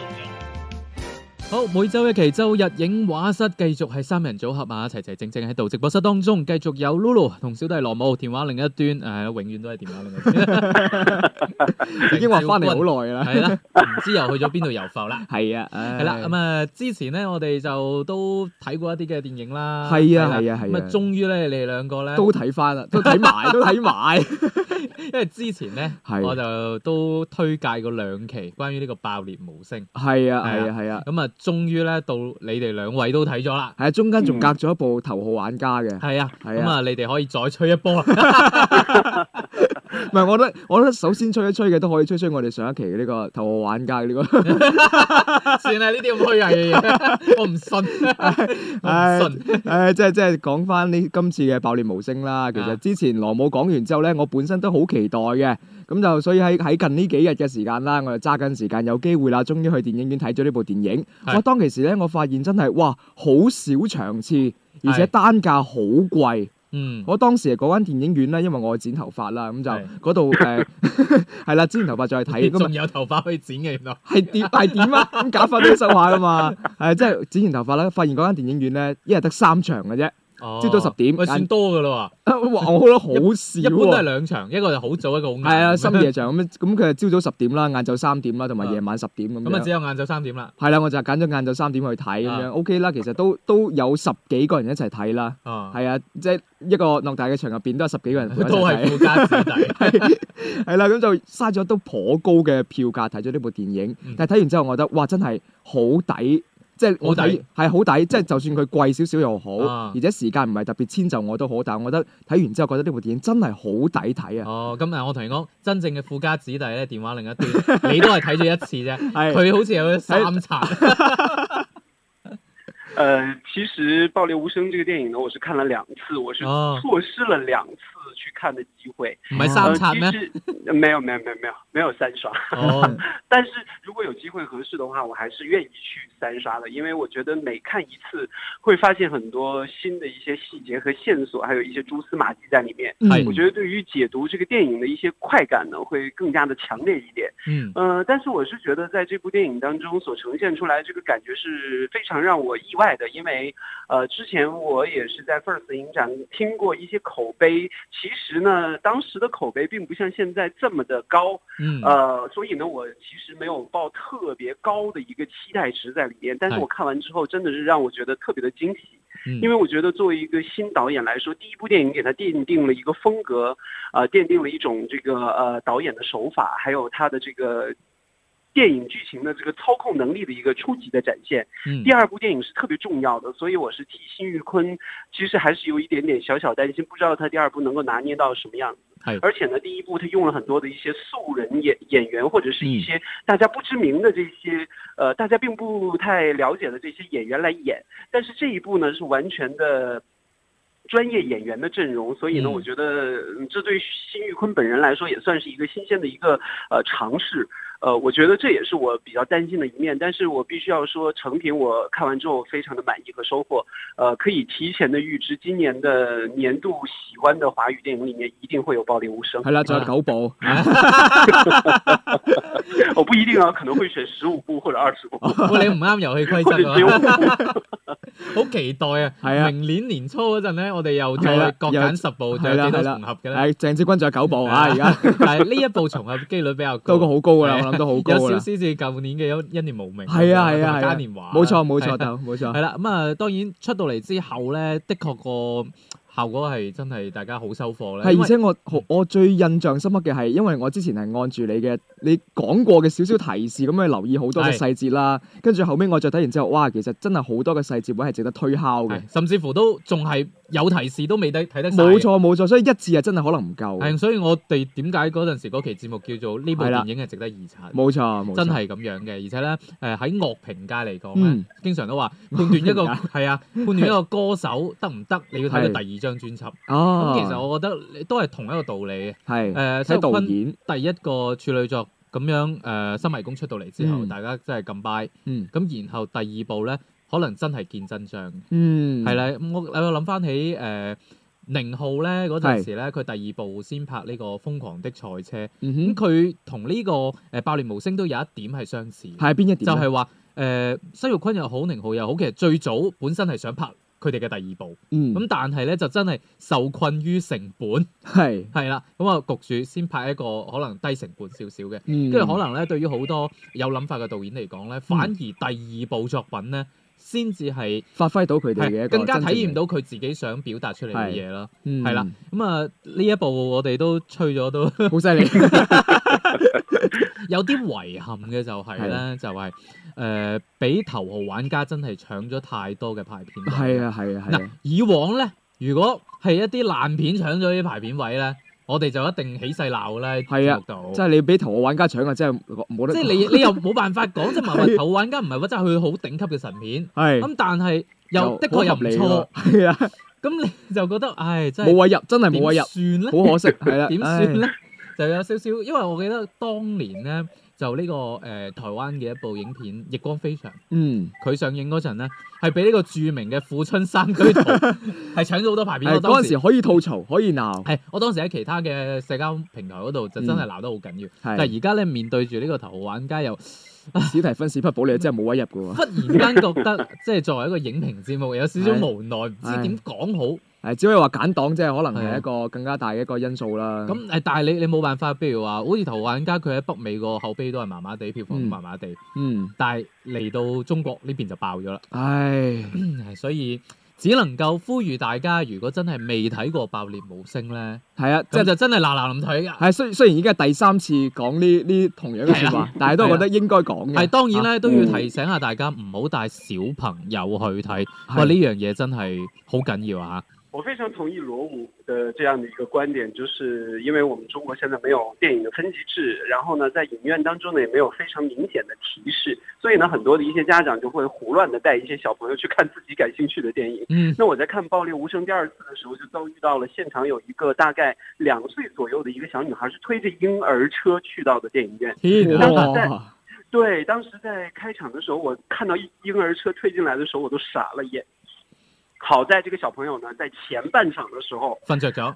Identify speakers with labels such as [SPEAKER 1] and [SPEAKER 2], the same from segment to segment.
[SPEAKER 1] 影。
[SPEAKER 2] 好，每周一期周日影畫室繼續係三人組合啊，齊齊正正喺度直播室當中，繼續有 Lulu 同小弟羅姆，電話另一端，誒、永遠都係電話另一端，
[SPEAKER 3] 已經話翻嚟好耐啦。
[SPEAKER 2] 係啦，唔知又去咗邊度遊浮 啦。
[SPEAKER 3] 係啊，
[SPEAKER 2] 係
[SPEAKER 3] 係
[SPEAKER 2] 啦，咁啊，之前咧我哋就都睇過一啲嘅電影啦，
[SPEAKER 3] 係啊
[SPEAKER 2] 啦
[SPEAKER 3] 係啊係啊
[SPEAKER 2] 咁啊，終於咧你哋兩個咧，
[SPEAKER 3] 都睇翻啦，都睇 埋，都睇埋。
[SPEAKER 2] 因為之前咧
[SPEAKER 3] 係
[SPEAKER 2] 我就都推介過兩期關於呢個爆裂無聲，
[SPEAKER 3] 係啊，
[SPEAKER 2] 係啊
[SPEAKER 3] 係啊，係啊，
[SPEAKER 2] 咁啊，終於咧到你哋兩位都睇咗啦。
[SPEAKER 3] 係啊，中間仲隔咗一部頭號玩家嘅。
[SPEAKER 2] 係啊，
[SPEAKER 3] 係啊
[SPEAKER 2] 咁啊，你哋可以再吹一波 啦。
[SPEAKER 3] 唔係，我覺得，我覺得首先吹一吹嘅都可以吹吹我哋上一期嘅呢個頭號玩家嘅呢個。
[SPEAKER 2] 算啦，呢啲咁虛偽嘅嘢， 我唔信，
[SPEAKER 3] 唉
[SPEAKER 2] 我唔信。
[SPEAKER 3] 誒，即係即係講翻呢今次嘅爆裂無聲啦。其
[SPEAKER 2] 啊
[SPEAKER 3] 實之前羅姆講完之後咧，我本身都好期待嘅。咁就所以喺喺近呢幾日嘅時間啦，我就揸緊時間有機會啦，終於去電影院睇咗呢部電影。
[SPEAKER 2] 係
[SPEAKER 3] 我當其時咧，我發現真係哇，好少場次，而且
[SPEAKER 2] 係
[SPEAKER 3] 單價好貴。
[SPEAKER 2] 嗯，
[SPEAKER 3] 我當時嗰間電影院咧，因為我剪頭髮啦，咁就
[SPEAKER 2] 係
[SPEAKER 3] 嗰度誒係啦，剪完頭髮再睇。咁啊哦
[SPEAKER 2] 仲有頭髮可以剪嘅，原來
[SPEAKER 3] 係點係點啊？咁假髮都要收下噶嘛？係即係剪完頭髮啦，發現嗰間電影院咧，一日得三場嘅啫。
[SPEAKER 2] 哦
[SPEAKER 3] 朝早10點
[SPEAKER 2] 喂，算多噶啦
[SPEAKER 3] 啊 哇！我覺得好
[SPEAKER 2] 喎，
[SPEAKER 3] 少
[SPEAKER 2] 一般都係
[SPEAKER 3] 喎。
[SPEAKER 2] 兩場，一個就好早，一個好晏。
[SPEAKER 3] 係 啊，深夜場咁樣咁佢係朝早十點啦，晏晝三點啦，同埋夜晚十點咁
[SPEAKER 2] 咁啊，只
[SPEAKER 3] 樣。
[SPEAKER 2] 有晏晝三點啦。
[SPEAKER 3] 係啦，我就揀咗晏晝三點去睇咁
[SPEAKER 2] 啊
[SPEAKER 3] 樣，OK 啦。其實都都有十幾個人一齊睇啦。
[SPEAKER 2] 啊，
[SPEAKER 3] 係啊，即係一個偌大嘅場入邊都有十幾個人陪我一齊
[SPEAKER 2] 都係
[SPEAKER 3] 睇。
[SPEAKER 2] 富家子弟。
[SPEAKER 3] 係啦，咁就嘥咗都頗高嘅票價睇咗呢部電影
[SPEAKER 2] 嗯，
[SPEAKER 3] 但係睇完之後，我覺得哇，真係好抵，即係我
[SPEAKER 2] 好
[SPEAKER 3] 睇
[SPEAKER 2] 抵
[SPEAKER 3] 係好抵，即係就算佢貴少少又好
[SPEAKER 2] 啊，
[SPEAKER 3] 而且時間唔係特別遷就我都好，但係我覺得睇完之後覺得呢部電影真係好抵睇啊！
[SPEAKER 2] 哦，咁啊，我同你講，真正嘅富家子弟咧，電話另一 端，你都係睇咗一次啫。
[SPEAKER 3] 係
[SPEAKER 2] 佢好似有三刷，
[SPEAKER 4] 呃，其实《爆裂无声》这个电影呢，我是看了两次，我是
[SPEAKER 2] 哦
[SPEAKER 4] 错失了两次去看的机会。
[SPEAKER 2] 唔係
[SPEAKER 4] 呃，
[SPEAKER 2] 三刷
[SPEAKER 4] 其
[SPEAKER 2] 咩？
[SPEAKER 4] 实呃没有没有没有没有没有三刷，
[SPEAKER 2] 哦，
[SPEAKER 4] 但是如果有机会合适的话，我还是愿意去三刷的，因为我觉得每看一次会发现很多新的一些细节和线索，还有一些蛛丝马迹在里面。
[SPEAKER 3] 嗯
[SPEAKER 2] 係
[SPEAKER 4] 我觉得对于解读这个电影的一些快感呢，会更加的强烈一点。
[SPEAKER 2] 嗯，
[SPEAKER 4] 呃，但是我是觉得在这部电影当中所呈现出来这个感觉是非常让我意外的，因为呃，之前我也是在 First 影展听过一些口碑，其实呢，当时的口碑并不像现在这么的高，
[SPEAKER 2] 嗯，
[SPEAKER 4] 呃，所以呢，我其实没有抱特别高的一个期待值在里面，但是
[SPEAKER 2] 哎
[SPEAKER 4] 我看完之后真的是让我觉得特别的惊喜。
[SPEAKER 2] 嗯
[SPEAKER 4] 因为我觉得作为一个新导演来说，第一部电影给他奠定了一个风格，呃，奠定了一种这个呃导演的手法，还有他的这个电影剧情的这个操控能力的一个初级的展现。
[SPEAKER 2] 嗯
[SPEAKER 4] 第二部电影是特别重要的，所以我是替辛玉坤，其实还是有一点点小小担心，不知道他第二部能够拿捏到什么样子
[SPEAKER 2] 是。
[SPEAKER 4] 而且呢，第一部他用了很多的一些素人演演员，或者是一些大家不知名的这些呃大家并不太了解的这些演员来演，但是这一部呢是完全的。专业演员的阵容，所以呢，
[SPEAKER 2] 嗯
[SPEAKER 4] 我觉得嗯这对辛玉坤本人来说也算是一个新鲜的一个呃尝试。呃，我觉得这也是我比较担心的一面，但是我必须要说，成品我看完之后非常的满意和收获，呃，可以提前的预知今年的年度喜欢的华语电影里面一定会有《爆裂无声
[SPEAKER 3] 係》，啦，仲有九部，
[SPEAKER 4] 我不一定啊，可能会选十五部或者二十部，
[SPEAKER 2] 喂，你唔啱遊戲規
[SPEAKER 4] 或
[SPEAKER 2] 則
[SPEAKER 4] 者只有
[SPEAKER 2] 啊
[SPEAKER 4] 五！部。
[SPEAKER 2] 好期待啊！
[SPEAKER 3] 係啊
[SPEAKER 2] 明年年初嗰陣咧，我哋又再
[SPEAKER 3] 係啦
[SPEAKER 2] 各
[SPEAKER 3] 又
[SPEAKER 2] 揀十部，仲
[SPEAKER 3] 係
[SPEAKER 2] 有
[SPEAKER 3] 啦
[SPEAKER 2] 幾多
[SPEAKER 3] 係啦
[SPEAKER 2] 重合嘅咧？
[SPEAKER 3] 係啊鄭志軍仲有九部啊！而家
[SPEAKER 2] 但係呢一部重合機率比較高，
[SPEAKER 3] 都個好高㗎啦，
[SPEAKER 2] 係啊
[SPEAKER 3] 我諗都好高
[SPEAKER 2] 有
[SPEAKER 3] 㗎
[SPEAKER 2] 少
[SPEAKER 3] 啦
[SPEAKER 2] 少。似舊年嘅一一年無名，
[SPEAKER 3] 係啊係啊係
[SPEAKER 2] 嘉
[SPEAKER 3] 啊
[SPEAKER 2] 年華，
[SPEAKER 3] 冇錯冇錯，
[SPEAKER 2] 係啊。
[SPEAKER 3] 冇錯
[SPEAKER 2] 係。啦，咁啊，當然出到嚟之後咧，的確個效果係真係大家好收貨咧。
[SPEAKER 3] 係，而
[SPEAKER 2] 因為
[SPEAKER 3] 且我好我最印象深刻嘅係，因為我之前係按住你嘅你講過嘅少少提示咁去留意好多嘅
[SPEAKER 2] 係
[SPEAKER 3] 細節啦，跟住後尾我再睇完之後，哇，其實真係好多嘅細節位係值得推敲嘅。
[SPEAKER 2] 係甚至乎都仲係有提示都未得睇得晒
[SPEAKER 3] 冇。錯冇錯，所以一次啊係真係可能唔夠。
[SPEAKER 2] 係，所以我哋點解嗰陣時嗰期節目叫做呢部
[SPEAKER 3] 係啦
[SPEAKER 2] 電影係值得二刷？
[SPEAKER 3] 冇錯冇錯，
[SPEAKER 2] 真係咁樣嘅，而且咧，誒、喺樂評界嚟講咧，
[SPEAKER 3] 嗯
[SPEAKER 2] 經常都話判斷一 個
[SPEAKER 3] 樂評
[SPEAKER 2] 係啊，判斷一個歌手得唔得，你要睇佢第二張專輯。咁
[SPEAKER 3] 哦。
[SPEAKER 2] 其實我覺得都係同一個道理嘅。誒、周
[SPEAKER 3] 係嗯睇導
[SPEAKER 2] 坤
[SPEAKER 3] 演
[SPEAKER 2] 第一個處女作咁樣誒、呃新迷宮出到嚟之後，
[SPEAKER 3] 嗯
[SPEAKER 2] 大家真係咁 buy，
[SPEAKER 3] 嗯
[SPEAKER 2] 咁然後第二步咧，可能真係見真章。
[SPEAKER 3] 嗯，
[SPEAKER 2] 係啦，我我諗翻起誒寧浩咧嗰陣
[SPEAKER 3] 係
[SPEAKER 2] 時咧，佢第二部先拍呢個《瘋狂的賽車》，
[SPEAKER 3] 嗯
[SPEAKER 2] 咁
[SPEAKER 3] 哼，
[SPEAKER 2] 佢同呢個誒《爆裂無聲》都有一點係相似，
[SPEAKER 3] 係邊一點啊
[SPEAKER 2] 就
[SPEAKER 3] 咧？
[SPEAKER 2] 係話誒西玉坤又好，寧浩又好，其實最早本身係想拍佢哋嘅第二部，
[SPEAKER 3] 嗯
[SPEAKER 2] 咁、但係咧就真係受困於成本，
[SPEAKER 3] 係，
[SPEAKER 2] 係啦，咁啊焗住先拍一個可能低成本少少嘅。
[SPEAKER 3] 跟
[SPEAKER 2] 跟住可能咧，對於好多有諗法嘅導演嚟講
[SPEAKER 3] 嗯
[SPEAKER 2] 咧，反而第二部作品咧，先至係
[SPEAKER 3] 發揮到佢哋嘅嗯
[SPEAKER 2] 係
[SPEAKER 3] 一個
[SPEAKER 2] 更加體驗
[SPEAKER 3] 到
[SPEAKER 2] 到佢自己想表達出嚟嘅嘢啦。
[SPEAKER 3] 係
[SPEAKER 2] 係啦，咁啊，呢一部我哋都吹咗都
[SPEAKER 3] 好犀利，
[SPEAKER 2] 有啲遺憾嘅就係咧，就係誒俾頭號玩家真係搶咗太多嘅排片。
[SPEAKER 3] 係，啊係啊係
[SPEAKER 2] 嗱
[SPEAKER 3] 啊，
[SPEAKER 2] 以往咧，如果係一啲爛片搶咗啲排片位咧，我哋就一定起勢鬧啦。
[SPEAKER 3] 係
[SPEAKER 2] 節
[SPEAKER 3] 啊
[SPEAKER 2] 目度
[SPEAKER 3] 即係你俾頭號玩家搶啊，真係冇得，
[SPEAKER 2] 即係你你又冇辦法講，即係話頭玩家唔係話真係佢好頂級嘅神片，
[SPEAKER 3] 係
[SPEAKER 2] 咁但係又的確又唔錯
[SPEAKER 3] 好，合理 喎係啊，
[SPEAKER 2] 咁你就覺得唉真
[SPEAKER 3] 冇
[SPEAKER 2] 係
[SPEAKER 3] 位入，真係冇位
[SPEAKER 2] 點
[SPEAKER 3] 入，
[SPEAKER 2] 算咧？
[SPEAKER 3] 好可惜，係啦，
[SPEAKER 2] 點算
[SPEAKER 3] 唉？
[SPEAKER 2] 咧？就有少少，因為我記得當年咧就呢、個誒、呃台灣嘅一部影片《逆光飛翔》，
[SPEAKER 3] 嗯，
[SPEAKER 2] 佢上映嗰陣咧係俾呢個著名嘅富春山居 圖係搶咗好多排片。
[SPEAKER 3] 係
[SPEAKER 2] 我
[SPEAKER 3] 嗰
[SPEAKER 2] 當
[SPEAKER 3] 陣
[SPEAKER 2] 時
[SPEAKER 3] 時可以吐槽，可以鬧，
[SPEAKER 2] 係我當時喺其他嘅社交平台嗰度就真係鬧得好緊要， 但
[SPEAKER 3] 嗯係
[SPEAKER 2] 係而家咧面對住呢個頭號玩家又。
[SPEAKER 3] 史提芬史匹堡你真係冇位入 嘅喎，
[SPEAKER 2] 忽然間覺 得即係作為一個影評節目，有少少
[SPEAKER 3] 係
[SPEAKER 2] 無奈，唔知
[SPEAKER 3] 係
[SPEAKER 2] 點講
[SPEAKER 3] 係只可以話簡黨，即係可能
[SPEAKER 2] 係啊
[SPEAKER 3] 係一個更加大嘅一個因素啦。
[SPEAKER 2] 好。咁誒，但係你你冇辦法，譬如話，好似頭玩家佢喺北美個口碑都係麻麻地，票房都
[SPEAKER 3] 嗯
[SPEAKER 2] 麻麻地，
[SPEAKER 3] 嗯，
[SPEAKER 2] 但係嚟到中國呢邊就爆咗啦，
[SPEAKER 3] 唉，
[SPEAKER 2] 嗯所以只能夠呼籲大家，如果真係未睇過《爆裂無聲》咧，
[SPEAKER 3] 係啊，即
[SPEAKER 2] 咁
[SPEAKER 3] 係
[SPEAKER 2] 就真係嗱嗱臨睇㗎。
[SPEAKER 3] 係啊雖雖然已經係第三次講呢呢同樣嘅説
[SPEAKER 2] 係啊
[SPEAKER 3] 話，但係都係覺得應該講嘅。
[SPEAKER 2] 係當然
[SPEAKER 3] 啊，
[SPEAKER 2] 咧，都要提醒下大家唔好帶小朋友去睇，哇！呢樣嘢真係好緊要啊！
[SPEAKER 4] 我非常同意罗武的这样的一个观点，就是因为我们中国现在没有电影的分级制，然后呢，在影院当中呢也没有非常明显的提示，所以呢，很多的一些家长就会胡乱的带一些小朋友去看自己感兴趣的电影。
[SPEAKER 2] 嗯，
[SPEAKER 4] 那我在看《爆裂无声》第二次的时候，就遭遇到了现场有一个大概两岁左右的一个小女孩是推着婴儿车去到的电影院。
[SPEAKER 2] 天啊！
[SPEAKER 3] 哇，
[SPEAKER 4] 对，当时在开场的时候，我看到一婴儿车推进来的时候，我都傻了眼。好在这个小朋友呢，在前半场的时候。
[SPEAKER 2] 瞓着 咗，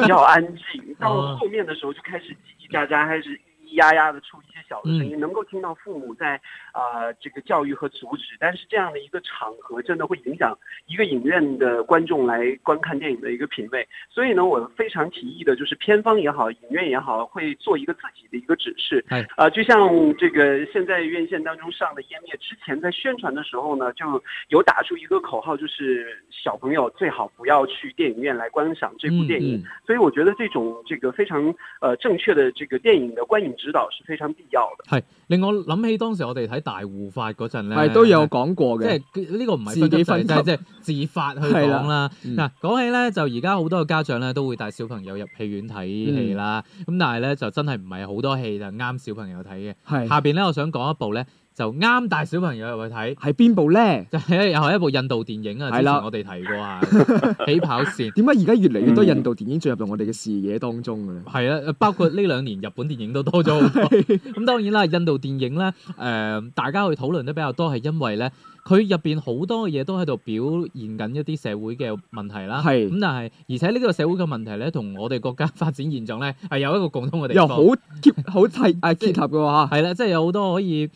[SPEAKER 4] 比较安 静，
[SPEAKER 2] 啊
[SPEAKER 4] 到后面的时候就开始叽叽喳喳，开始咿咿呀呀的出一些小的声
[SPEAKER 2] 嗯
[SPEAKER 4] 音，能够听到父母在啊、呃这个教育和阻止，但是这样的一个场合真的会影响一个影院的观众来观看电影的一个品味。所以呢，我非常提议的就是片方也好，影院也好，会做一个自己的一个指示
[SPEAKER 2] 哎。
[SPEAKER 4] 啊、就像这个现在院线当中上的《湮灭》，之前在宣传的时候呢，就有打出一个口号，就是小朋友最好不要去电影院来观赏这部
[SPEAKER 2] 嗯
[SPEAKER 4] 电影。
[SPEAKER 3] 嗯，
[SPEAKER 4] 所以我觉得这种这个非常呃正确的这个电影的观影指导是非常必要的。
[SPEAKER 2] 係令我諗起當時我哋睇大護法嗰陣咧，
[SPEAKER 3] 係都有講過
[SPEAKER 2] 即
[SPEAKER 3] 嘅，
[SPEAKER 2] 係呢個唔係
[SPEAKER 3] 自己
[SPEAKER 2] 分
[SPEAKER 3] 分
[SPEAKER 2] 級
[SPEAKER 3] 級
[SPEAKER 2] 制，即係自發去講啦。
[SPEAKER 3] 嗯
[SPEAKER 2] 嗱，講起咧就而家好多嘅家長咧都會帶小朋友入戲院睇戲啦。
[SPEAKER 3] 嗯
[SPEAKER 2] 咁但係咧就真係唔係好多戲就啱小朋友睇嘅。
[SPEAKER 3] 係
[SPEAKER 2] 下邊咧我想講一部咧就啱帶小朋友入去睇，
[SPEAKER 3] 係邊部咧？
[SPEAKER 2] 就係又係一部印度電影啊。之
[SPEAKER 3] 係
[SPEAKER 2] 前
[SPEAKER 3] 啦
[SPEAKER 2] 我哋提過啊， 《起跑線》。
[SPEAKER 3] 點解而家越嚟越多
[SPEAKER 4] 嗯
[SPEAKER 3] 印度電影進入到我哋嘅視野當中嘅咧？
[SPEAKER 2] 係啊，包括呢兩年日本電影都多咗好 多。咁當然啦，印度電影咧，誒、大家去討論得比較多係因為咧，佢入邊好多嘢都喺度表現緊一啲社會嘅問題啦。
[SPEAKER 3] 係
[SPEAKER 2] 咁，但係而且呢個社會嘅問題咧，同我哋國家發展現狀咧係有一個共通嘅地
[SPEAKER 3] 又
[SPEAKER 2] 方。
[SPEAKER 3] 好貼好 貼啊
[SPEAKER 2] 即係
[SPEAKER 3] 貼合嘅喎嚇。
[SPEAKER 2] 係啦，即係有好多可以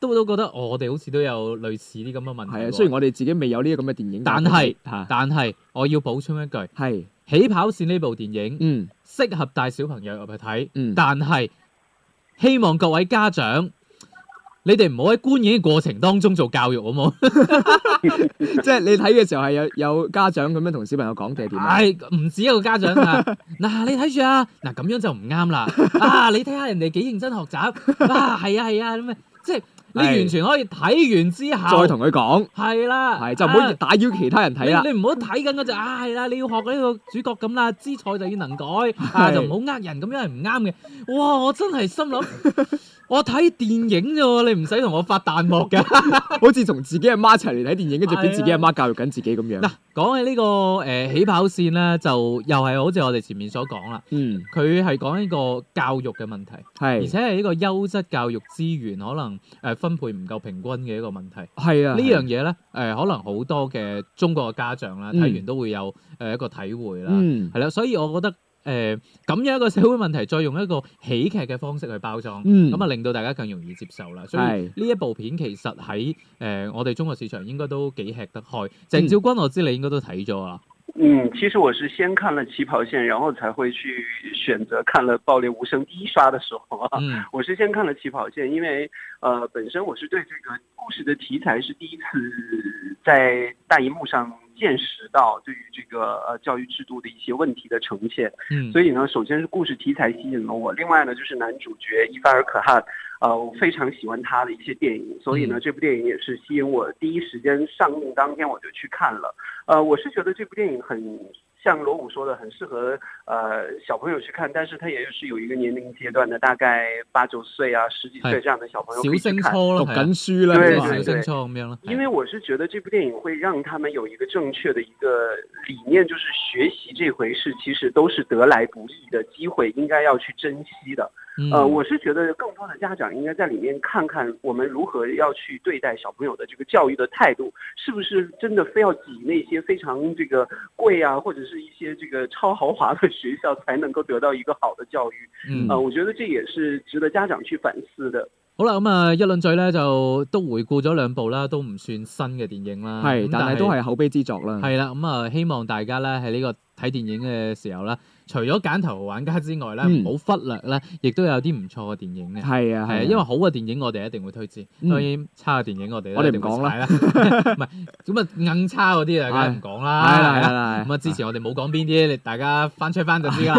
[SPEAKER 2] 都都覺得、哦我哋好似都有類似啲咁嘅問題
[SPEAKER 3] 係
[SPEAKER 2] 喎。
[SPEAKER 3] 啊，雖然我哋自己未有呢啲咁嘅電影，
[SPEAKER 2] 但係
[SPEAKER 3] 嚇
[SPEAKER 2] 但係我要補充一句，《
[SPEAKER 3] 係
[SPEAKER 2] 起跑線》呢部電影
[SPEAKER 3] 嗯
[SPEAKER 2] 適合帶小朋友入去睇。
[SPEAKER 3] 嗯
[SPEAKER 2] 但係希望各位家長，你哋唔好喺觀影嘅過程當中做教育，好冇？
[SPEAKER 3] 即係你睇嘅時候係有有家長咁樣同小朋友講定係點啊？
[SPEAKER 2] 唉，唔止一個家長啊！ 嗱，你睇住啊，嗱咁樣就唔啱 啦。啊，你睇下人哋幾認真學習，啊，係啊係啊咁啊，即係你
[SPEAKER 3] 係
[SPEAKER 2] 完全可以睇完之後，
[SPEAKER 3] 再同佢講，
[SPEAKER 2] 係啦，
[SPEAKER 3] 係就唔好
[SPEAKER 2] 啊
[SPEAKER 3] 打擾其他人睇 啦
[SPEAKER 2] 你。你唔好睇緊嗰隻啊，係啦，你要學呢個主角咁啦，知錯就要能改，啊就唔好呃人，咁樣係唔啱嘅。哇！我真係心諗，我睇電影啫喎，你唔使同我發彈幕 㗎。
[SPEAKER 3] 好似同自己阿媽一齊嚟睇電影，跟住俾
[SPEAKER 2] 係啊
[SPEAKER 3] 自己阿媽教育緊自己咁樣
[SPEAKER 2] 嗱。，講起呢、個呃起跑線咧，就又係好似我哋前面所講啦，
[SPEAKER 3] 嗯，
[SPEAKER 2] 佢係講呢個教育嘅問題，而
[SPEAKER 3] 係
[SPEAKER 2] 且係呢個優質教育資源可能誒分配唔夠平均嘅一個問題。
[SPEAKER 3] 係啊，
[SPEAKER 2] 呢樣嘢咧，誒、可能好多嘅中國嘅家長啦，睇
[SPEAKER 3] 嗯
[SPEAKER 2] 完都會有誒、一個體會啦，
[SPEAKER 3] 嗯
[SPEAKER 2] 係啦、所以我覺得誒咁、樣一個社會問題，再用一個喜劇嘅方式去包裝，
[SPEAKER 3] 嗯
[SPEAKER 2] 咁啊、令到大家更容易接受啦。所以
[SPEAKER 3] 係
[SPEAKER 2] 呢一部片其實喺誒、呃我哋中國市場應該都幾吃得開。鄭少君，我知你應該都睇咗啊，
[SPEAKER 4] 嗯，其实我是先看了《起跑线》，然后才会去选择看了《爆裂无声》第一刷的时候啊。
[SPEAKER 2] 嗯
[SPEAKER 4] 我是先看了《起跑线》，因为呃，本身我是对这个故事的题材是第一次在大荧幕上见识到对于这个呃教育制度的一些问题的呈现，
[SPEAKER 2] 嗯，
[SPEAKER 4] 所以呢，首先是故事题材吸引了我，另外呢就是男主角伊凡尔可汗，呃，我非常喜欢他的一些电影，所以呢，这部电影也是吸引我第一时间上映当天我就去看了，呃，我是觉得这部电影很。像罗武说的，很适合呃小朋友去看，但是它也是有一个年龄阶段的，大概八九岁啊、十几岁
[SPEAKER 2] 是
[SPEAKER 4] 这样的小朋友可
[SPEAKER 2] 小
[SPEAKER 4] 以去
[SPEAKER 2] 升
[SPEAKER 4] 看。
[SPEAKER 2] 初啦，
[SPEAKER 3] 讀
[SPEAKER 2] 係啊
[SPEAKER 3] 緊書啦，
[SPEAKER 4] 對
[SPEAKER 3] 你
[SPEAKER 2] 小
[SPEAKER 3] 話
[SPEAKER 4] 對
[SPEAKER 3] 係
[SPEAKER 4] 對
[SPEAKER 2] 升初咁樣啦，
[SPEAKER 4] 因为我是觉得这部电影会让他们有一个正确的一个理念，就是学习这回事其实都是得来不易的机会，应该要去珍惜的。
[SPEAKER 2] 嗯
[SPEAKER 4] 呃，我是觉得更多的家长应该在里面看看我们如何要去对待小朋友的这个教育的态度，是不是真的非要挤那些非常这个贵啊，或者是一些这个超豪华的学校才能够得到一个好的教育？
[SPEAKER 2] 嗯
[SPEAKER 4] 呃，我觉得这也是值得家长去反思的。
[SPEAKER 2] 好啦，咁啊一輪嘴咧就都回顧咗兩部啦，都唔算新嘅電影啦，啊
[SPEAKER 3] 係
[SPEAKER 2] 咁，
[SPEAKER 3] 但係都係口碑之作啦。
[SPEAKER 2] 係啦，咁啊，希望大家咧喺呢個睇電影嘅時候啦，除咗揀頭號玩家之外咧，
[SPEAKER 3] 嗯
[SPEAKER 2] 唔好忽略咧，亦都有啲唔錯嘅電影嘅。
[SPEAKER 3] 係啊，
[SPEAKER 2] 係
[SPEAKER 3] 係啊
[SPEAKER 2] 啊，因為好嘅電影我哋一定會推薦，
[SPEAKER 3] 嗯
[SPEAKER 2] 當然差嘅電影我哋
[SPEAKER 3] 我哋
[SPEAKER 2] 一定
[SPEAKER 3] 唔
[SPEAKER 2] 會
[SPEAKER 3] 講啦
[SPEAKER 2] 踩 啦。唔係咁啊，硬差嗰啲啊，梗係唔講啦。
[SPEAKER 3] 係啦係啦係啦。
[SPEAKER 2] 咁啊，之前我哋冇講邊啲，你大家翻出翻就 知啦。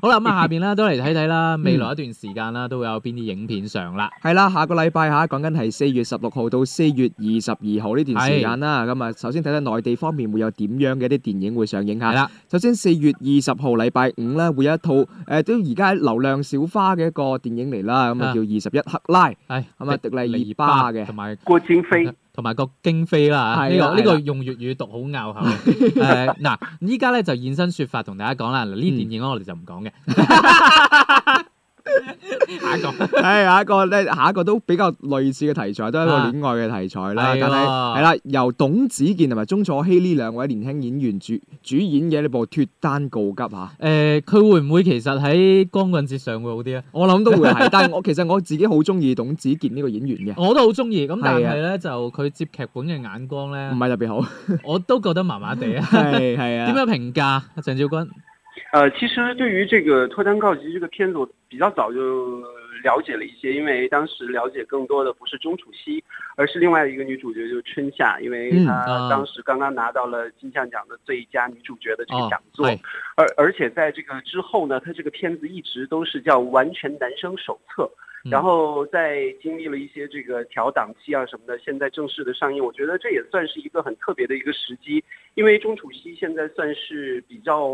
[SPEAKER 2] 好啦，咁啊，下邊咧都嚟睇睇
[SPEAKER 3] 嗯
[SPEAKER 2] 啦，未來一段時間啦，都會有邊啲影片上啦。
[SPEAKER 3] 係啦，下個禮拜嚇講緊係四月十六號到四月二十二號呢段時間啦。咁啊，首先睇睇內地方面會有點樣嘅啲電影會上映
[SPEAKER 2] 係
[SPEAKER 3] 嚇。
[SPEAKER 2] 啦，
[SPEAKER 3] 首先四月二十號禮拜五咧會有一套誒、呃都而家流量小花嘅一個電影嚟啦，咁啊
[SPEAKER 2] 啊
[SPEAKER 3] 叫《二十一克拉》，
[SPEAKER 2] 係
[SPEAKER 3] 咁啊迪麗熱巴嘅
[SPEAKER 2] 同埋。
[SPEAKER 4] 郭京飞。
[SPEAKER 2] 同埋個經飛啦，呢
[SPEAKER 3] 係啦
[SPEAKER 2] 個呢
[SPEAKER 3] 係
[SPEAKER 2] 個
[SPEAKER 3] 啦
[SPEAKER 2] 用粵語讀好拗 口。誒嗱，依家咧就現身説法同大家講啦，嗱呢啲電影我哋就唔講嘅。 下一個
[SPEAKER 3] 係下一個咧，下一個都比較類似嘅題材，都係一個
[SPEAKER 2] 啊
[SPEAKER 3] 戀愛嘅題材
[SPEAKER 2] 係
[SPEAKER 3] 啦。
[SPEAKER 2] 喎
[SPEAKER 3] 但係係啦，由董子健同埋鐘楚曦呢兩位年輕演員主主演嘅呢部《脱單告急》啊嚇。
[SPEAKER 2] 誒，佢會唔會其實喺光棍節上會好啲咧？
[SPEAKER 3] 我諗都會係，但係我其實我自己好中意董子健呢個演員嘅，
[SPEAKER 2] 我都好中意，咁但
[SPEAKER 3] 係啊
[SPEAKER 2] 係咧就佢接劇本嘅眼光
[SPEAKER 3] 唔
[SPEAKER 2] 咧，
[SPEAKER 3] 係特別 好。
[SPEAKER 2] 我都覺得麻麻地啊。
[SPEAKER 3] 係係
[SPEAKER 2] 點
[SPEAKER 3] 啊，
[SPEAKER 2] 樣評價鄭少君？
[SPEAKER 4] 呃，其实对于这个《脱单告急》这个片子，我比较早就了解了一些，因为当时了解更多的不是钟楚曦，而是另外一个女主角，就是春夏，因为
[SPEAKER 3] 嗯
[SPEAKER 4] 她
[SPEAKER 2] 啊
[SPEAKER 4] 当时刚刚拿到了金像奖的最佳女主角的这个
[SPEAKER 2] 哦
[SPEAKER 4] 讲，座，
[SPEAKER 2] 係
[SPEAKER 4] 而而且在这个之后呢，她这个片子一直都是叫《完全男生手册》。
[SPEAKER 2] 嗯
[SPEAKER 4] 然后在经历了一些这个调档期啊什么的，现在正式的上映，我觉得这也算是一个很特别的一个时机，因为钟楚曦现在算是比较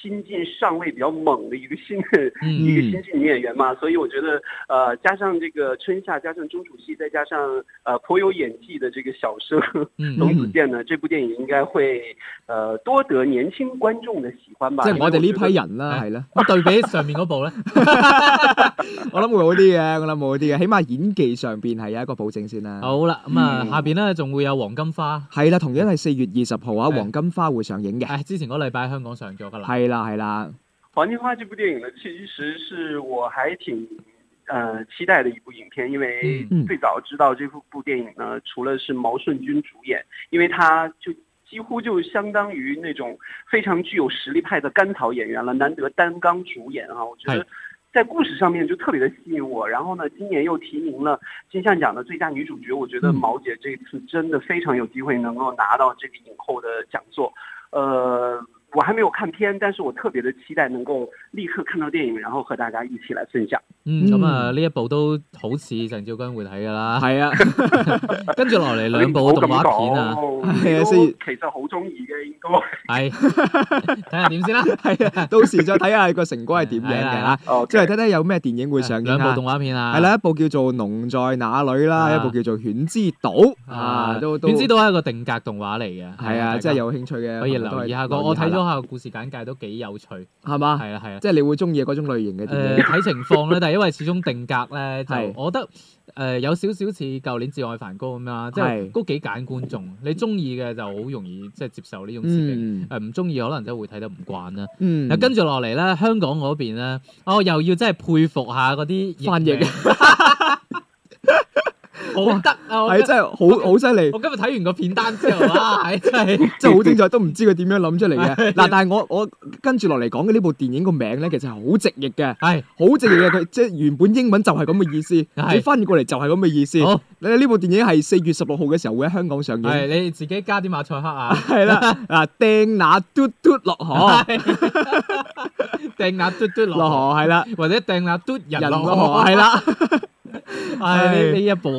[SPEAKER 4] 新晋上位比较猛的一个新的
[SPEAKER 2] 嗯
[SPEAKER 4] 一个新晋女演员嘛，所以我觉得呃加上这个春夏，加上钟楚曦，再加上呃颇有演技的这个小生
[SPEAKER 2] 嗯
[SPEAKER 4] 董子健呢，这部电影应该会呃多得年轻观众的喜欢吧。
[SPEAKER 3] 即
[SPEAKER 4] 因
[SPEAKER 3] 係
[SPEAKER 4] 为
[SPEAKER 3] 我哋呢
[SPEAKER 4] 觉得
[SPEAKER 3] 批人啦，係啦，
[SPEAKER 2] 咁對比上面嗰部咧，
[SPEAKER 3] 我諗會好啲嘅，我諗會好啲嘅，起碼演技上邊係有一個保證先啦。
[SPEAKER 2] 好啦，咁啊
[SPEAKER 4] 嗯
[SPEAKER 2] 下邊咧仲會有黃金花，
[SPEAKER 3] 係啦，同樣係四月二十號啊，
[SPEAKER 2] 係
[SPEAKER 3] 《黃金花》會上映嘅。
[SPEAKER 2] 誒之前嗰禮拜香港上咗㗎啦。
[SPEAKER 3] 係啦，係啦，
[SPEAKER 4] 《黄金花》这部电影呢，其实是我还挺呃期待的一部影片，因为
[SPEAKER 3] 嗯
[SPEAKER 4] 最早知道这部部电影呢，除了是毛舜筠主演，因为他就几乎就相当于那种非常具有实力派的甘草演员了，难得担纲主演啊，我觉
[SPEAKER 3] 哎
[SPEAKER 2] 是
[SPEAKER 4] 得。在故事上面就特别的吸引我，然后呢，今年又提名了金像奖的最佳女主角，我觉得
[SPEAKER 3] 嗯
[SPEAKER 4] 毛姐这次真的非常有机会能够拿到这个影后的讲座。呃，我还没有看片，但是我特别的期待能够立刻看到电影，然后和大家一起来分享。
[SPEAKER 2] 嗯，咁啊呢一部都好似鄭少君會睇㗎啦，
[SPEAKER 3] 係啊，
[SPEAKER 2] 跟住落嚟兩部動畫片啊，
[SPEAKER 4] 係
[SPEAKER 3] 啊所以
[SPEAKER 4] 其實好中意嘅應該。
[SPEAKER 2] 係睇下點先啦，
[SPEAKER 3] 係啊，到時再睇下個成果係點樣嘅
[SPEAKER 2] 係
[SPEAKER 3] 嚇
[SPEAKER 2] 啦。
[SPEAKER 4] 哦，
[SPEAKER 3] 即係睇睇有咩電影會上映
[SPEAKER 2] 兩部
[SPEAKER 3] 啦。
[SPEAKER 2] 動畫片啊，
[SPEAKER 3] 係啦，一部叫做《龍在哪裏》啦，
[SPEAKER 2] 啊
[SPEAKER 3] 一部叫做《犬之島》啊，都都
[SPEAKER 2] 點知道係一個定格動畫嚟嘅，
[SPEAKER 3] 係
[SPEAKER 2] 大
[SPEAKER 3] 啊，
[SPEAKER 2] 家
[SPEAKER 3] 即係有興趣嘅
[SPEAKER 2] 可以留意下個，
[SPEAKER 3] 朋友
[SPEAKER 2] 我
[SPEAKER 3] 都可
[SPEAKER 2] 睇
[SPEAKER 3] 以留
[SPEAKER 2] 咗
[SPEAKER 3] 意
[SPEAKER 2] 下故事簡介都幾有趣，係
[SPEAKER 3] 下啦係嘛，
[SPEAKER 2] 啦係啦。
[SPEAKER 3] 即係你會中意嗰種類型嘅電
[SPEAKER 2] 誒
[SPEAKER 3] 影。
[SPEAKER 2] 睇情況咧，但係因為始終定格 咧，就
[SPEAKER 3] 係
[SPEAKER 2] 我覺得誒、呃有少少似舊年《至愛梵高》咁啦，即係
[SPEAKER 3] 係
[SPEAKER 2] 都幾揀觀眾，你中意嘅就好容易即係接受呢種刺激，
[SPEAKER 3] 嗯
[SPEAKER 2] 誒唔中意可能真係會睇得唔慣啦。
[SPEAKER 3] 嗯，
[SPEAKER 2] 嗱、跟住落嚟咧，香港嗰邊咧，我又要真係佩服下嗰啲
[SPEAKER 3] 翻譯
[SPEAKER 2] 名， 好得啊！我
[SPEAKER 3] 係
[SPEAKER 2] 今
[SPEAKER 3] 真係好好犀利。
[SPEAKER 2] 我今日睇完個片單之後啊，係真係
[SPEAKER 3] 真係好精彩，都唔知佢點樣諗出嚟嘅。嗱， 但係我我跟住落嚟講嘅呢部電影個名咧，其實係好直譯 嘅，
[SPEAKER 2] 係
[SPEAKER 3] 好直譯嘅。佢即係原本英文就係咁嘅意思，
[SPEAKER 2] 係
[SPEAKER 3] 你翻譯過嚟就係咁嘅意思。
[SPEAKER 2] 好
[SPEAKER 3] 你呢部電影係四月十六號嘅時候會喺香港上映。
[SPEAKER 2] 係你自己加啲馬賽克啊，
[SPEAKER 3] 係 啦，嗱，掟那嘟嘟 落河，
[SPEAKER 2] 掟下嘟嘟
[SPEAKER 3] 哦落
[SPEAKER 2] 落河，
[SPEAKER 3] 河係 啦，
[SPEAKER 2] 或者掟下嘟人
[SPEAKER 3] 人
[SPEAKER 2] 落
[SPEAKER 3] 落
[SPEAKER 2] 河
[SPEAKER 3] 河。係 啦，
[SPEAKER 2] 唉，呢
[SPEAKER 3] 係
[SPEAKER 2] 呢一部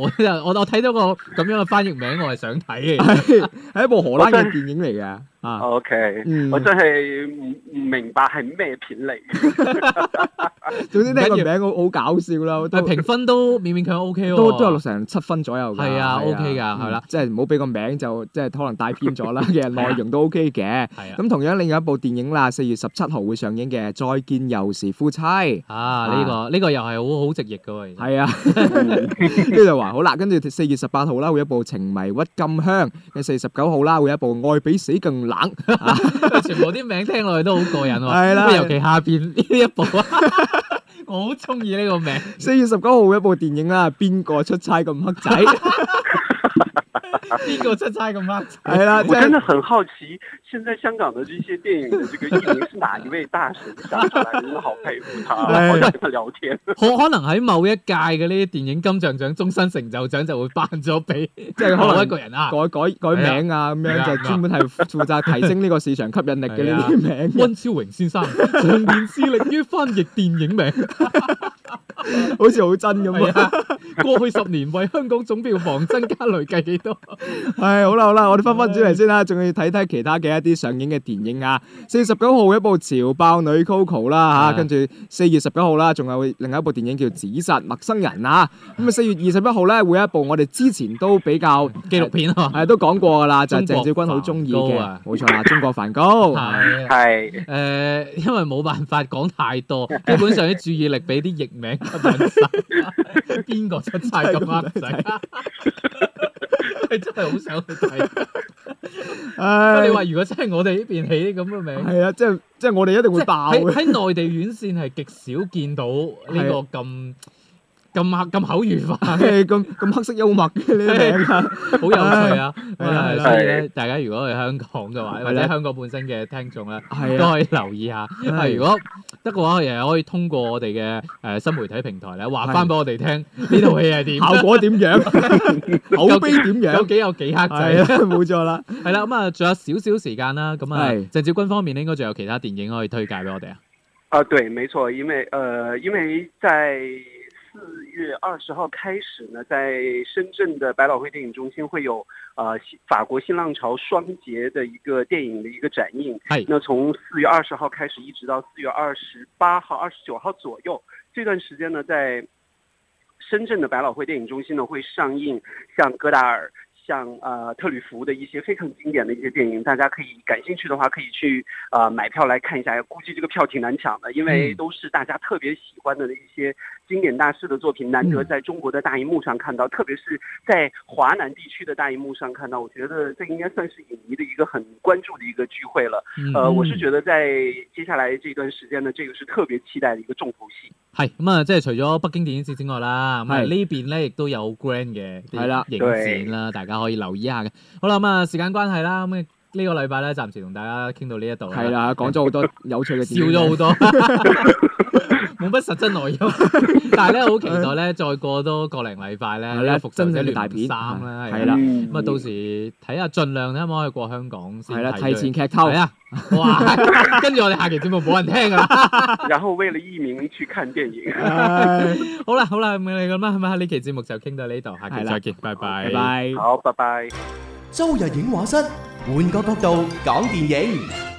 [SPEAKER 2] 我我睇到個咁樣嘅翻譯名，我係想睇嘅。
[SPEAKER 3] 係係一部荷蘭嘅電影嚟嘅啊。
[SPEAKER 4] 哦 OK，
[SPEAKER 3] 嗯
[SPEAKER 4] 我，真係唔唔明白係咩片嚟嘅。
[SPEAKER 3] 總之呢個
[SPEAKER 2] 唔緊
[SPEAKER 3] 名好好搞笑啦，
[SPEAKER 2] 但
[SPEAKER 3] 都
[SPEAKER 2] 係評分都勉勉強 O K 喎，
[SPEAKER 3] 都都有成七分左右㗎。
[SPEAKER 2] 係啊，OK 㗎
[SPEAKER 3] 嗯
[SPEAKER 2] 係啦
[SPEAKER 3] 即係唔好俾個名就即係可能帶偏 咗啦。其實內容都 OK 嘅。
[SPEAKER 2] 係啊。
[SPEAKER 3] 咁同樣另外一部電影啦，四月十七號會上映嘅《再見又是夫妻》。
[SPEAKER 2] 啊！呢個呢個又係好好直譯嘅喎，其實
[SPEAKER 3] 係啊， 跟住就話好啦，跟住四月十八號啦，會有一部《情迷鬱金香》；嘅四月十九號啦，會有一部《愛比死更冷》。
[SPEAKER 2] 全部啲名聽落去都好過癮喎。
[SPEAKER 3] 係啦
[SPEAKER 2] 咁啊尤其下邊呢一部 啊，我好中意呢個名，
[SPEAKER 3] 四月十九號會有一部電影啦，《邊個出差咁黑仔》
[SPEAKER 2] 邊個出差咁啱？
[SPEAKER 3] 係啊啦，即
[SPEAKER 4] 我真
[SPEAKER 3] 係
[SPEAKER 4] 的很好奇，現在香港的这些电影的这个译名是哪一位大神想出来的？真的好佩服他，
[SPEAKER 3] 哎
[SPEAKER 4] 好想跟他聊 天。
[SPEAKER 2] 可可能喺某一屆嘅呢啲電影金像獎終身成就獎就會頒咗俾
[SPEAKER 3] 即係可
[SPEAKER 2] 某一
[SPEAKER 3] 能
[SPEAKER 2] 個人啊。
[SPEAKER 3] 改改改名啊，咁
[SPEAKER 2] 係
[SPEAKER 3] 樣
[SPEAKER 2] 啊
[SPEAKER 3] 就專門係負責提升呢個市場吸引力嘅呢啲名嘅。
[SPEAKER 2] 温超榮先生長年致力於翻譯電影名。
[SPEAKER 3] 好似好真咁
[SPEAKER 2] 係
[SPEAKER 3] 啊！
[SPEAKER 2] 啊，過去十年為香港總票房增加累計幾 多？
[SPEAKER 3] 係好啦好啦，我哋翻翻主嚟先啦，仲要睇睇其他嘅一啲上映嘅電影啊。四月十九號一部《潮爆女 Coco》啦
[SPEAKER 2] 啊
[SPEAKER 3] 嚇，跟住四月十九號啦，仲有另外一部電影叫《指殺陌生人》啊。咁啊，四月二十一號咧會有一部我哋之前都比較
[SPEAKER 2] 紀錄片啊嘛，
[SPEAKER 3] 係都講過㗎啦，就係鄭
[SPEAKER 2] 中
[SPEAKER 3] 少
[SPEAKER 2] 國
[SPEAKER 3] 君好中意
[SPEAKER 2] 梵高
[SPEAKER 3] 嘅
[SPEAKER 2] 啊，
[SPEAKER 3] 冇錯啦，《中國梵高》
[SPEAKER 2] 係
[SPEAKER 4] 係，
[SPEAKER 2] 誒，呃因為冇辦法講太多，基本上啲注意力俾啲譯名吸引晒。 邊個出差咁啱呃仔？ 真係好想去睇。不過
[SPEAKER 3] 唉
[SPEAKER 2] 你話如果真係我哋呢邊起咁嘅名，
[SPEAKER 3] 係啊，即係即係我哋一定
[SPEAKER 2] 即
[SPEAKER 3] 會
[SPEAKER 2] 係
[SPEAKER 3] 爆
[SPEAKER 2] 喺
[SPEAKER 3] 嘅，
[SPEAKER 2] 喺內地院線係極少見到呢個咁咁咁口語化 嘅
[SPEAKER 3] 係咁咁黑色幽默嘅呢啲 名啊，
[SPEAKER 2] 好有趣啊！咁
[SPEAKER 3] 係啦係
[SPEAKER 2] 啊，
[SPEAKER 3] 啦
[SPEAKER 2] 所以咧，大家如果去香港嘅話，
[SPEAKER 3] 係啦
[SPEAKER 2] 或者香港本身嘅聽眾咧，
[SPEAKER 3] 係
[SPEAKER 2] 都
[SPEAKER 3] 啊，
[SPEAKER 2] 可以留意下。啊，
[SPEAKER 3] 係
[SPEAKER 2] 如果得嘅話，亦可以通過我哋嘅誒新媒體平台咧，話翻俾我哋聽呢套戲係點，
[SPEAKER 3] 效果點樣， 口碑點樣
[SPEAKER 2] 有。幾有幾黑
[SPEAKER 3] 係
[SPEAKER 2] 仔。
[SPEAKER 3] 啊，冇錯啦。
[SPEAKER 2] 係啦，咁啊，仲有少少時間啦。咁啊，
[SPEAKER 3] 係
[SPEAKER 2] 鄭少君方面咧，應該仲有其他電影可以推介俾我哋啊。
[SPEAKER 4] 啊、对，沒錯，因為，呃，因為在四月二十號開始呢，在深圳的百老匯電影中心會有，呃，新法國新浪潮雙傑的一個電影的一個展映。
[SPEAKER 2] 係
[SPEAKER 4] 那從四月二十號開始，一直到四月二十八號、二十九號左右，这段時間呢，在深圳的百老匯電影中心呢，會上映像戈达爾、像呃特吕弗的一些非常經典的一些電影，大家可以感興趣的話，可以去呃買票來看一下。估計這個票挺難搶的，因
[SPEAKER 2] 嗯
[SPEAKER 4] 為都是大家特別喜歡的一些經典大師的作品，難得在中國的大熒幕上看到，特別是在华南地區的大荧幕上看到，我覺得这應該算是影迷的一個很關注的一個聚會了。
[SPEAKER 2] 嗯
[SPEAKER 4] 呃，我是覺得在接下來這段時間呢，這個是特別期待的一個重頭戲。
[SPEAKER 2] 係咁啊，即係除咗北京電影節之外啦，咁啊
[SPEAKER 3] 係
[SPEAKER 2] 呢邊咧亦都有好 grand 嘅
[SPEAKER 3] 係啦
[SPEAKER 2] 影展啦，大家可以留意一下嘅。好啦，咁啊時間關係啦，咁呢個禮拜咧，暫時同大家傾到呢一度啦。
[SPEAKER 3] 係啦，講咗好多有趣嘅 電
[SPEAKER 2] 笑
[SPEAKER 3] 影
[SPEAKER 2] 咗好 多，冇乜實質內 容。但係咧，好期待咧，再過多個零禮拜咧，
[SPEAKER 3] 係啦
[SPEAKER 2] 呢個復仇者
[SPEAKER 3] 真正嘅
[SPEAKER 2] 聯
[SPEAKER 3] 大
[SPEAKER 2] 盟
[SPEAKER 3] 片
[SPEAKER 2] 三啦，
[SPEAKER 3] 係啦
[SPEAKER 4] 嗯
[SPEAKER 2] 咁啊， 到時睇下，盡量睇可唔可以過香港先。
[SPEAKER 3] 係啦，提
[SPEAKER 2] 睇
[SPEAKER 3] 前劇透
[SPEAKER 2] 係。啊！哇， 跟住我哋下期節目冇人聽噶啦。
[SPEAKER 4] 然后为了艺名去看电影。
[SPEAKER 3] 唉
[SPEAKER 2] 好啦，好啦，咁你咁啦，咁啊，呢期節目就傾到呢度，下期
[SPEAKER 3] 係啦
[SPEAKER 2] 再見，拜拜，
[SPEAKER 3] 拜。拜。
[SPEAKER 4] 好，拜拜。
[SPEAKER 1] 周日影畫室，換個角度講電影。